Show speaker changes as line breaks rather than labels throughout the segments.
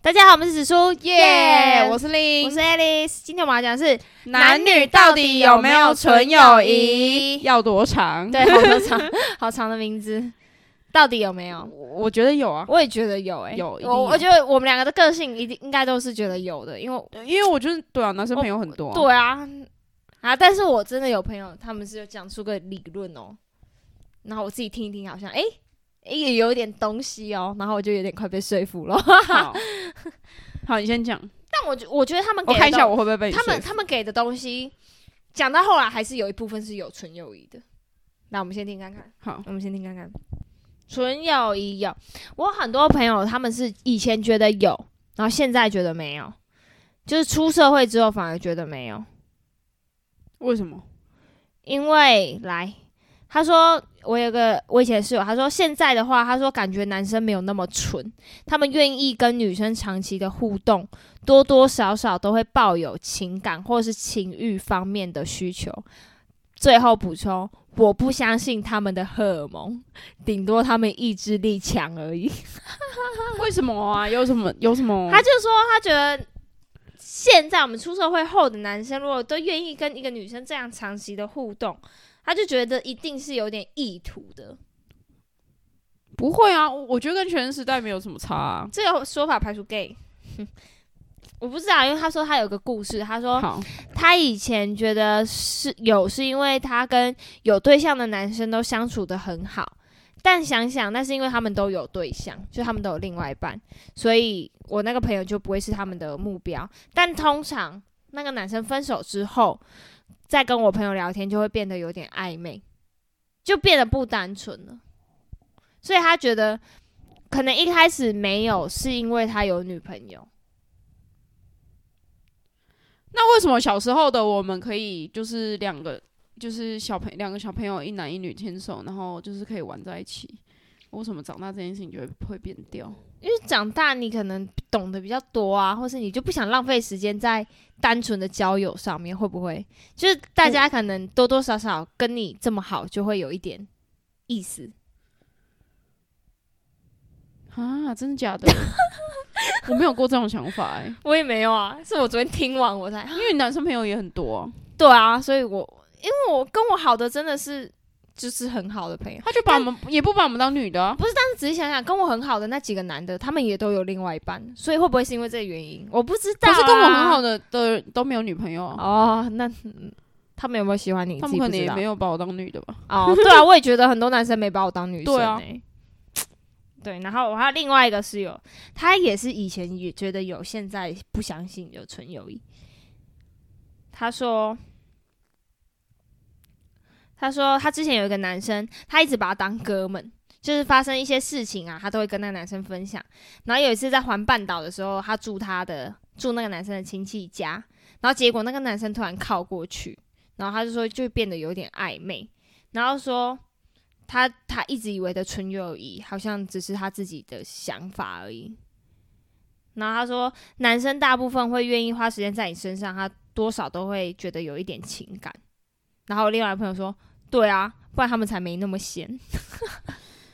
大家好，我们是紫苏，
耶、我是
我
令
是。Alice。今天我们要讲的是
男女到底有没有纯友谊？
谊？
要多长？
对，好多长， 好长的名字，到底有没有？
我，我觉得有啊，
我也觉得有、欸，
有一定
我
有
我觉得我们两个的个性一定应该都是觉得有的，因为我
因为我就是对啊，男生朋友很多、啊。
对啊啊，但是我真的有朋友，他们是有讲出个理论哦，然后我自己听一听，好像哎。诶也有一点东西哦，然后我就有点快被说服 了。
好，啊好，你先讲，
但我觉我觉得他们给
我
的
看一下
东
我会不会被你
他们
说服
他们给的东西，讲到后来还是有一部分是有纯友谊的。那我们先听看看，
好，
我们先听看看纯友谊有。我有很多朋友他们是以前觉得有，然后现在觉得没有，就是出社会之后反而觉得没有，
为什么？
因为来他说。我有个我以前的室友，他说现在的话，他说感觉男生没有那么纯，他们愿意跟女生长期的互动，多多少少都会抱有情感或是情欲方面的需求。最后补充，我不相信他们的荷尔蒙，顶多他们意志力强而已。
为什么啊？有什么？有什么？
他就说他觉得。现在我们出社会后的男生，如果都愿意跟一个女生这样长期的互动，他就觉得一定是有点意图的。
不会啊，我我觉得跟学生时代没有什么差、啊。
这个说法排除 gay，哼 我不知道，因为他说他有个故事，他说
好，
他以前觉得是有，是因为他跟有对象的男生都相处的很好，但想想那是因为他们都有对象，就他们都有另外一半，所以我那个朋友就不会是他们的目标。但通常那个男生分手之后，再跟我朋友聊天，就会变得有点暧昧，就变得不单纯了。所以他觉得，可能一开始没有，是因为他有女朋友。
那为什么小时候的我们可以就是两个就是小朋两个小朋友一男一女牵手，然后就是可以玩在一起？为什么长大这件事情就会会变掉？
因为长大你可能懂得比较多啊，或是你就不想浪费时间在单纯的交友上面，会不会？就是大家可能多多少少跟你这么好，就会有一点意思。
啊，真的假的？我没有过这种想法哎、
我也没有啊，是我昨天听完我才
因为你男生朋友也很多啊、
对啊，所以我因为我跟我好的真的是就是很好的朋友，
他就把我们也不把我们当女的啊、
但是仔细想想，跟我很好的那几个男的，他们也都有另外一半，所以会不会是因为这个原因？我不知道、
可
啊。
是跟我很好的的都没有女朋友啊、
哦，那嗯他们有没有喜欢你？
他
自己
们可
不知
能也
道
没有把我当女的吧？
哦，对啊，我也觉得很多男生没把我当女生、欸。
对啊
对然后我还有另外一个室友，他也是以前也觉得有，现在不相信有纯友谊。他说，他说他之前有一个男生，他一直把他当哥们，就是发生一些事情啊，他都会跟那个男生分享。然后有一次在环半岛的时候，他住他的住那个男生的亲戚家，然后结果那个男生突然靠过去，然后他就说就变得有点暧昧，然后说他他一直以为的纯友谊好像只是他自己的想法而已。然后他说，男生大部分会愿意花时间在你身上，他多少都会觉得有一点情感。然后另外一个朋友说，对啊，不然他们才没那么闲。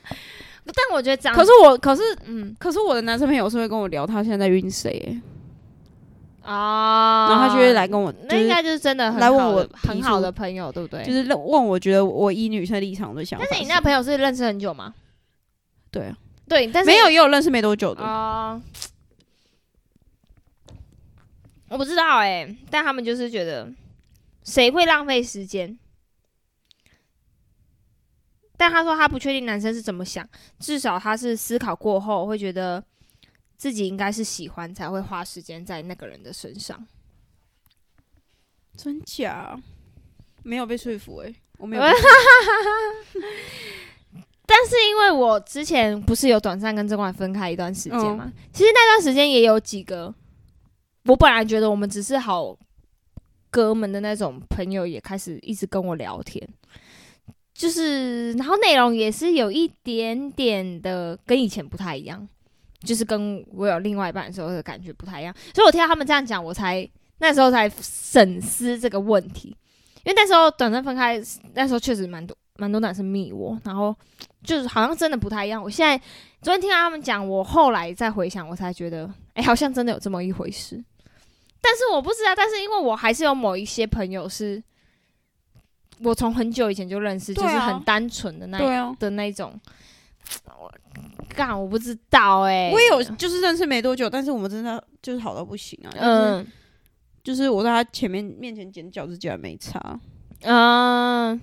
但我觉得长，
可是哦我，可是，
嗯
可是我的男生朋友是会跟我聊他现在在晕谁、欸，
啊，
然后他就会来跟我，
那
就
应
是
该就是真的很
来问
好的
我
很
提
好
出
的朋友，对不对？
就是问我觉得我以女生的立场的想法
但
什
是
么，
你那朋友是认识很久吗？
对啊，
对，但是
没有也有认识没多久的，
啊、我不知道哎、但他们就是觉得谁会浪费时间。但他说他不确定男生是怎么想，至少他是思考过后会觉得自己应该是喜欢才会花时间在那个人的身上。
真假？没有被说服哎、我没有被
但
说服。
是因为我之前不是有短暂跟郑冠分开一段时间嘛，其实那段时间也有几个，我本来觉得我们只是好哥们的那种朋友，也开始一直跟我聊天，就是然后内容也是有一点点的跟以前不太一样，就是跟我有另外一半的时候的感觉不太一样，所以我听到他们这样讲，我才那时候才审思这个问题，因为那时候短暂分开，那时候确实蛮多蛮多男生密我，然后就是好像真的不太一样。我现在昨天听到他们讲，我后来再回想，我才觉得，哎、哎、好像真的有这么一回事。但是我不知道，但是因为我还是有某一些朋友是，我从很久以前就认识，
对
就
啊
是很单纯的那一
对啊，
的那种。我干，我不知道哎、
我也有，就是认识没多久，但是我们真的就是好到不行啊。嗯，
嗯
就是我在他前面面前剪脚趾竟然没擦，
嗯，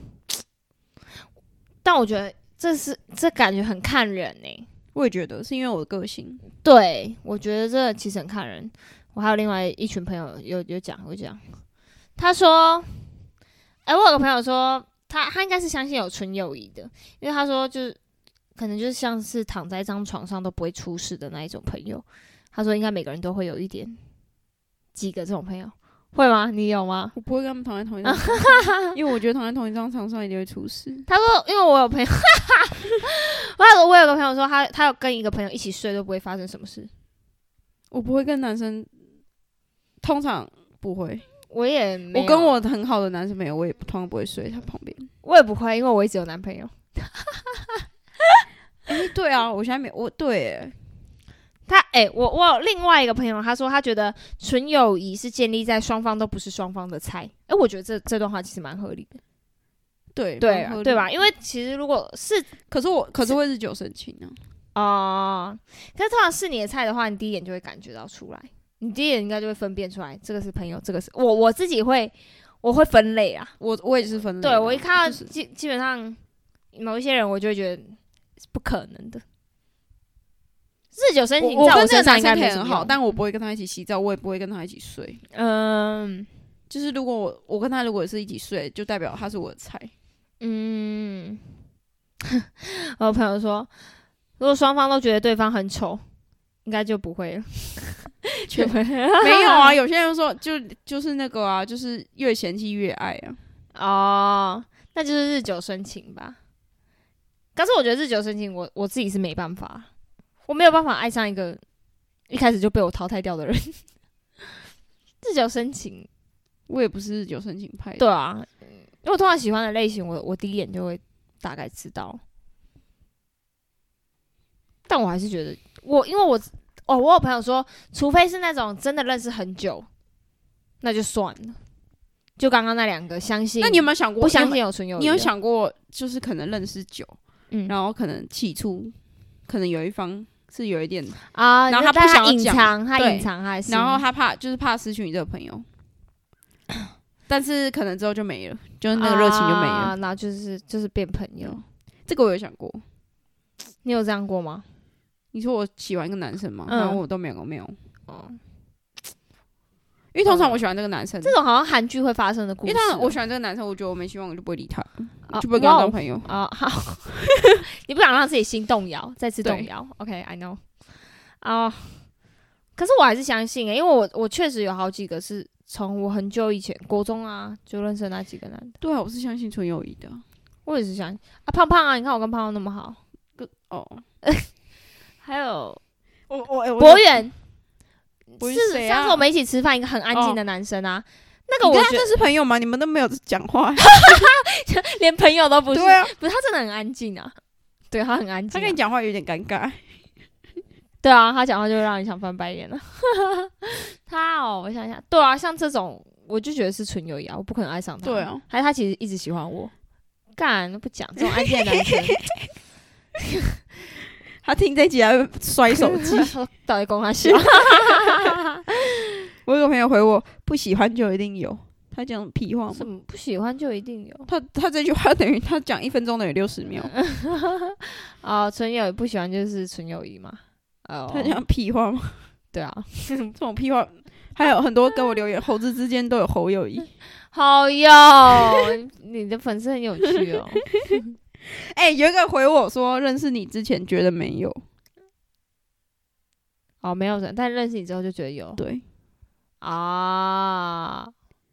但我觉得这是这感觉很看人哎、
我也觉得是因为我的个性。
对，我觉得这其实很看人。我还有另外一群朋友有有讲过这样，他说，哎、我有个朋友说，他他应该是相信有纯友谊的，因为他说就是可能就是像是躺在一张床上都不会出事的那一种朋友。他说应该每个人都会有一点几个这种朋友，会吗？你有吗？
我不会跟他们躺在同一张床上，因为我觉得躺在同一张床上一定会出事。
他说，因为我有朋友， 我有我有个朋友说他他有跟一个朋友一起睡都不会发生什么事。
我不会跟男生，通常不会。
我也没
我跟
有
我很好的男生没有，我也通常不会睡他旁边。
我也不会，因为我一直有男朋友。
哎、对啊，我现在没我对、欸，
他哎、我我有另外一个朋友，他说他觉得纯友谊是建立在双方都不是双方的菜。哎、我觉得这这段话其实蛮合理的，
对
对
蛮合
啊
理
对吧？因为其实如果是
可是我可是会日久生情啊。
啊、可是通常是你的菜的话，你第一眼就会感觉到出来，你第一眼应该就会分辨出来，这个是朋友，这个是我我自己会我会分类啊。
我我也是分类的啊。
对我一看到
就是
基基本上某一些人，我就会觉得是不可能的。日久生
我
情，
我
在
跟这
身
个
上
男
应该
生可
没
以
什么
很好，
用
但我不会跟他一起洗澡，我也不会跟他一起睡。
嗯。
就是如果我我跟他如果是一起睡，就代表他是我的菜。
嗯， 我有朋友说，如果双方都觉得对方很丑，应该就不会了。
全
没
没有啊，有些人说就就是那个啊，就是越嫌弃越爱啊。
哦，那就是日久生情吧。但是我觉得日久生情我，我自己是没办法，我没有办法爱上一个一开始就被我淘汰掉的人。 日久生情，
我也不是日久生情派的。
对啊，因为我通常喜欢的类型，我我第一眼就会大概知道。但我还是觉得，我因为我哦，我有朋友说，除非是那种真的认识很久，那就算了。就刚刚那两个，相信
那你有没有想过？
不相信
你有
有纯友
没有？
谊？
你有？想过，就是可能认识久，
嗯
然后可能起初可能有一方是有一点，
啊，
然后
你
他
就
不
带
想要
隐
讲
藏，他
对
隐藏还是
然后他怕就是怕失去你这个 朋友，但是可能之后就没了，就是那个热情就没了。嗯
啊然后就是就是变朋友。
这个我有想过。
你有这样过吗？
你说我喜欢一个男生嘛，
嗯
然后我都没有没有，
哦，
因为通常我喜欢这个男生，
这种好像韩剧会发生的故
因
事哦。
为通常我喜欢这个男生，我觉得我没希望，我就不会理他，
啊
就不会跟他
哇
当
哦
朋友。
啊、好， 你不想让自己心动摇，再次动
对
摇。OK，I、know。啊、可是我还是相信、欸，因为我我确实有好几个是从我很久以前国中啊就认识的那几个男的，
对啊，我是相信纯友谊的。
我也是相信啊胖胖啊，你看我跟胖胖那么好，
哦，
还有
我哦哎我
博远、
博远
是
谁
上次
啊
我们一起吃饭，一个很安静的男生啊，那个我
跟他
觉得
认识朋友吗？你们都没有讲 话。
连朋友都不是，
对啊，
不是他真的很安静啊，对他很安
他
静啊、
跟你讲话有点尴尬。
对啊，他讲话就会让你想翻白眼了。 他哦，我想想，对啊，像这种我就觉得是纯友谊啊，我不可能爱上他。
对啊，
还是他其实一直喜欢我。干不讲这种安静的男 生，
他听这集还会摔手 机。
到底公他 笑？
我有个朋友回我，不喜欢就一定有。他讲屁话
什
吗？
么不喜欢就一定有
他他这句话等于他讲一分钟等于六十秒。
嗯啊？纯友谊不喜欢就是纯友谊嘛。哦，
他讲屁话吗？
对啊，
这种屁话，还有很多跟我留言，猴子之间都有猴友
嗯
谊。
好哟，你的粉丝很有趣 哦。
哎、有一个回我说，认识你之前觉得没有，
哦，没有人，但认识你之后就觉得有
对，
啊，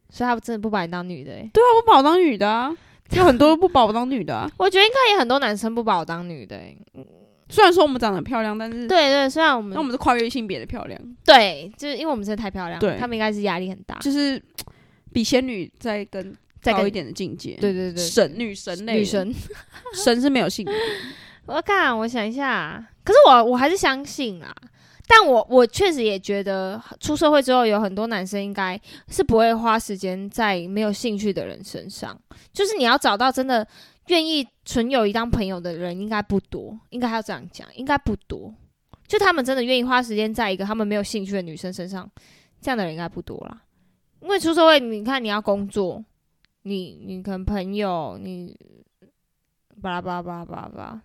所以他真的不把你当女的、欸。
对啊，我把我当女的啊，有很多不把我当女的啊。
我觉得应该也很多男生不把我当女的、欸。
虽然说我们长得漂亮，但是
对对，虽然我们
嗯那我们是跨越性别的漂亮，
对，就是因为我们真的太漂亮了，
对
他们应该是压力很大，
就是比仙女再更
再
高
更
一，点的境界。
对对对，
神女神类的
女神。
神是没有性别的，
我看我想一下，可是我我还是相信啊，但但我我确实也觉得，出社会之后有很多男生应该是不会花时间在没有兴趣的人身上，就是你要找到真的愿意纯友谊当朋友的人应该不多，应该要这样讲，应该不多。就他们真的愿意花时间在一个他们没有兴趣的女生身上，这样的人应该不多啦。因为出社会，你看你要工作，你你可能朋友，你巴拉巴拉巴拉巴拉巴拉，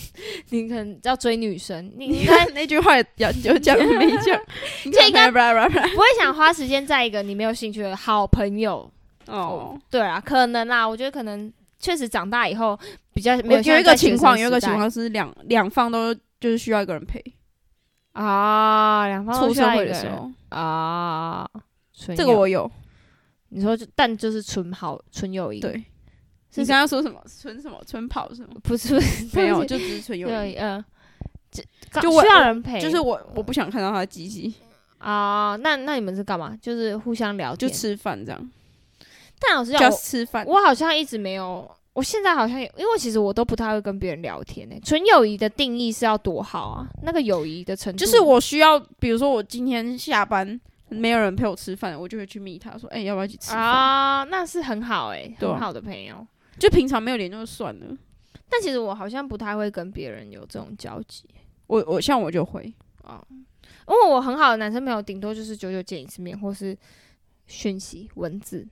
你可能要追女生，你
你
应该
看那句话也有有讲没讲？你 看
这应该
啪啪啪啪
不会想花时间在一个你没有兴趣的好朋友。
哦，
对啊，可能啦，我觉得可能确实长大以后比较没
我
有像
有一
在
个
学
情
生
况，有一个
时代
情况是两两方都就是需要一个人陪，
啊，两方都
出
需
社
要
会
一个
的时
人
候，
啊，纯
这个
友
我有。
你说就，但就是纯好纯友谊，
对，
是
你
什
刚刚说什么？纯什么？纯跑是吗？
不是不是
没有，
对
就只是纯友
对
谊。
嗯，就
就
刚
我
需要人陪，
就是我我不想看到他的鸡鸡，
啊，那那你们是干嘛？就是互相聊
就
天，
吃饭这样，
但老实讲，
就
我
吃饭。
我好像一直没有，我现在好像有，因为其实我都不太会跟别人聊天呢、欸纯友谊的定义是要多好啊？那个友谊的程度，
就是我需要，比如说我今天下班没有人陪我吃饭，我就会去密他说，哎、要不要一起吃饭？
啊，那是很好哎、
对啊
很好的朋友。
就平常没有联络就算了。
但其实我好像不太会跟别人有这种交集，
我我像我就会，
因为我很好的男生朋友，顶多就是久久见一次面，或是讯息文字。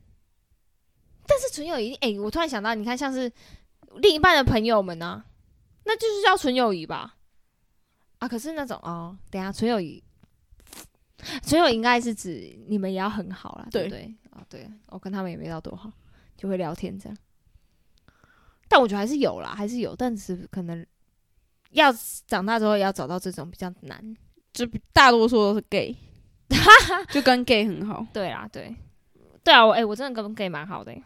但是纯友谊，哎、我突然想到，你看像是另一半的朋友们呢、那就是叫纯友谊吧？啊，可是那种哦，等一下纯友谊，纯友谊应该是指你们也要很好啦，对不对？啊、对，我跟他们也没到多好，就会聊天这样。但我觉得还是有啦，还是有，但只是可能要长大之后也要找到这种比较难。
就大多数都是 gay，就跟 gay 很好。
对啦，对，对啊，我哎、我真的跟 gay 蛮好的、欸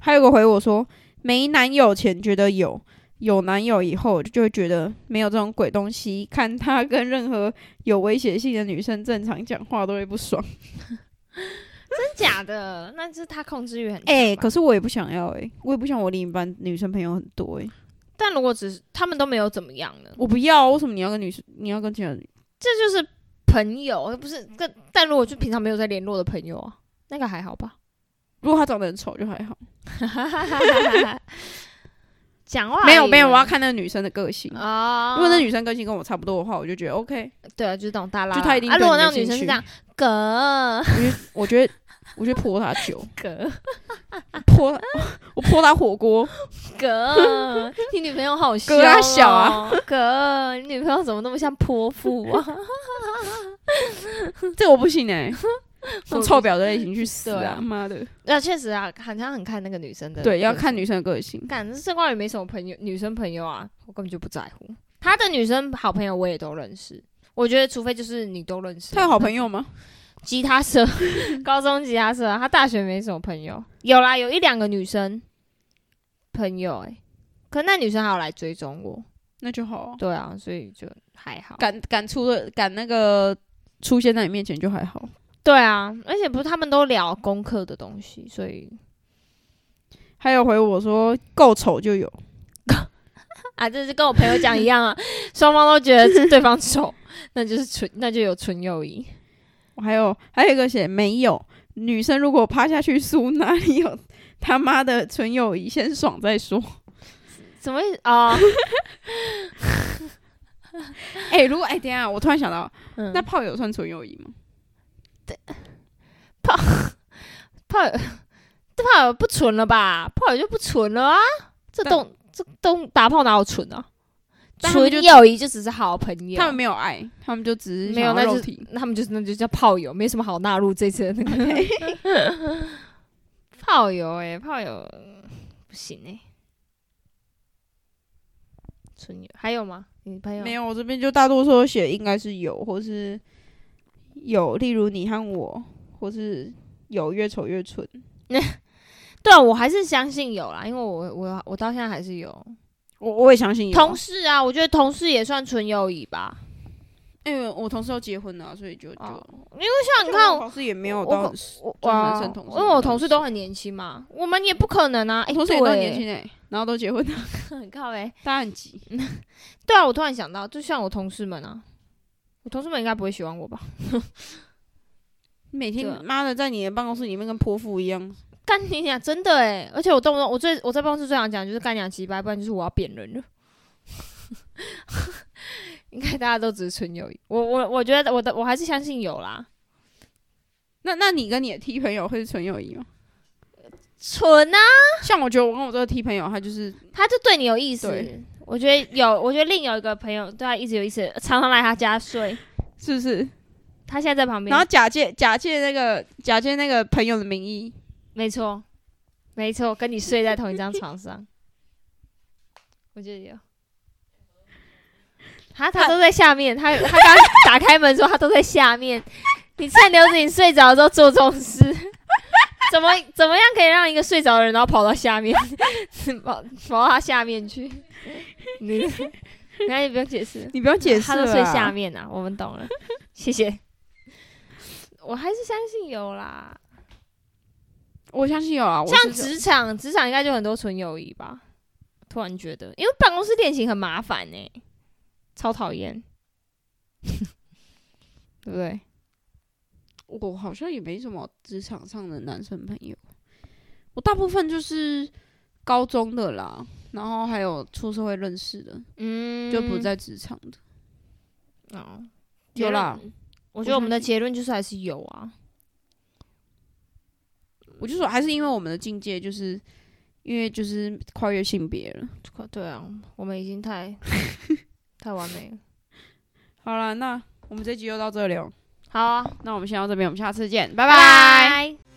还有一个回我说，没男友前觉得有，有男友以后就会觉得没有这种鬼东西，看他跟任何有威胁性的女生正常讲话都会不爽。
真假的？那是他控制欲很强吧。
哎、可是我也不想要哎、我也不想我另一半女生朋友很多哎、
但如果只是他们都没有怎么样呢？
我不要，为什么你要跟女生，你要跟其他人？
这就是朋友，不是跟。但如果就平常没有在联络的朋友啊，那个还好吧。
如果他长得很丑就还好，
讲话
没有
而已
没有，哦
嘛
我要看那个女生的个性。
啊。
如果那女生个性跟我差不多的话，我就觉得 OK。
对啊，就是那种大拉拉，
就她一定
啊。
对
如果
你没
那种女生是
兴趣
这样，哥
我觉得我觉得我觉得泼她酒，
哥
泼她我泼她火锅，
哥，你女朋友好凶、哦，哦
哥啊小啊，
哥，你女朋友怎么那么像泼妇啊？
这我不行 哎、
我
用
不
臭婊子类型去死
对
啊！
啊
妈的，
那确实啊，好像很看那个女生的。
对，要看。女生的个性。
感这郑光宇没什么朋友，女生朋友啊，我根本就不在乎。他的女生好朋友我也都认识，我觉得除非就是你都认识。
她有好朋友吗？
吉他社， 高中吉他社啊，他大学没什么朋友，有啦，有一两个女生朋友哎、可那女生还有来追踪我，
那就好、啊，
对啊，所以就还好。
敢嗯敢出的敢那个出现在你面前就还好。
对啊，而且不是他们都聊功课的东西，所以
还有回我说够丑就有，
啊，这是跟我朋友讲一样啊，双方都觉得对方丑， 那就是纯，那就有纯友谊。
我还有还有一个写没有女生如果趴下去输，哪里有他妈的纯友谊？先爽再说。
什么意思啊？
哎、如果哎、等一下我突然想到，
嗯
那炮友算纯友谊吗？
炮友，这炮友不纯了吧？炮友就不纯了啊！这
但
东这东打炮哪有纯啊？
但他们
纯
就
友谊就只是好朋友，
他们没有爱，他们就只是
没有，
想要
那
肉
就
体。
那他们就是那就叫炮友，没什么好纳入这次的那个 炮友哎、炮友嗯不行哎、纯友还有吗？你朋友
没有，我这边就大多数都写应该是有，或是有，例如你和我，或是有越丑越蠢。
对啊，我还是相信有啦，因为我我我到现在还是有
我我也相信有啊，
同事啊，我觉得同事也算纯友谊吧。
因为我同事都结婚了啊，所以就就
哦像你看
我同事也没有
我
到
我
很熟，
我
就男
哇
生同事
因为我同事都很年轻嘛，我们也不可能啊。哎、
我
欸，
同事也都很年轻哎，然后都结婚了，
很靠哎、
大家很急。
对啊，我突然想到，就像我同事们啊，我同事们应该不会喜欢我吧？
每天
对啊
妈的在你的办公室里面跟泼妇一样，
干你娘，真的哎！而且我动不动，我最我在办公室最想讲就是干娘鸡掰，不然就是我要扁人了。 应该大家都只是纯友谊，我我我觉得我的我还是相信有啦，
那那你跟你的 T 朋友会是纯友谊吗？
纯啊，
像我觉得我跟我这个 T 朋友，他就是
他就对你有意思
对。
我觉得有，我觉得另有一个朋友对他一直有意思，常常来他家睡，
是不是？
他现在在旁边
然后，假借假借那个假借那个朋友的名 义，
没错，没错，跟你睡在同一张床上， 我觉得有。他他都在下面，他他刚打开门说他都在下面。 你趁刘子颖睡着的时候做这种事， 怎么怎么样可以让一个睡着的人然后跑到下面， 跑跑到他下面去？ 你，那你不用解释了。
你不用解释
他
了
都
啦。
睡下面啊，我们懂了， 谢谢。我还是相信有啦，
我相信有啊，我
像
是
职场，职场应该就很多纯友谊吧。突然觉得，因为办公室恋情很麻烦呢、超讨厌， 对不对？
我好像也没什么职场上的男生朋友，我大部分就是高中的啦，然后还有出社会认识的，
嗯
就不在职场的。
哦，嗯
有啦
结论。我觉得我们的结论就是还是有啊，
我就说还是因为我们的境界，就是因为就是跨越性别了。
对啊，我们已经 太太完美了。
好了，那我们这集就到这里哦。
好啊，
那我们先到这边，我们下次见，拜
拜
拜。
拜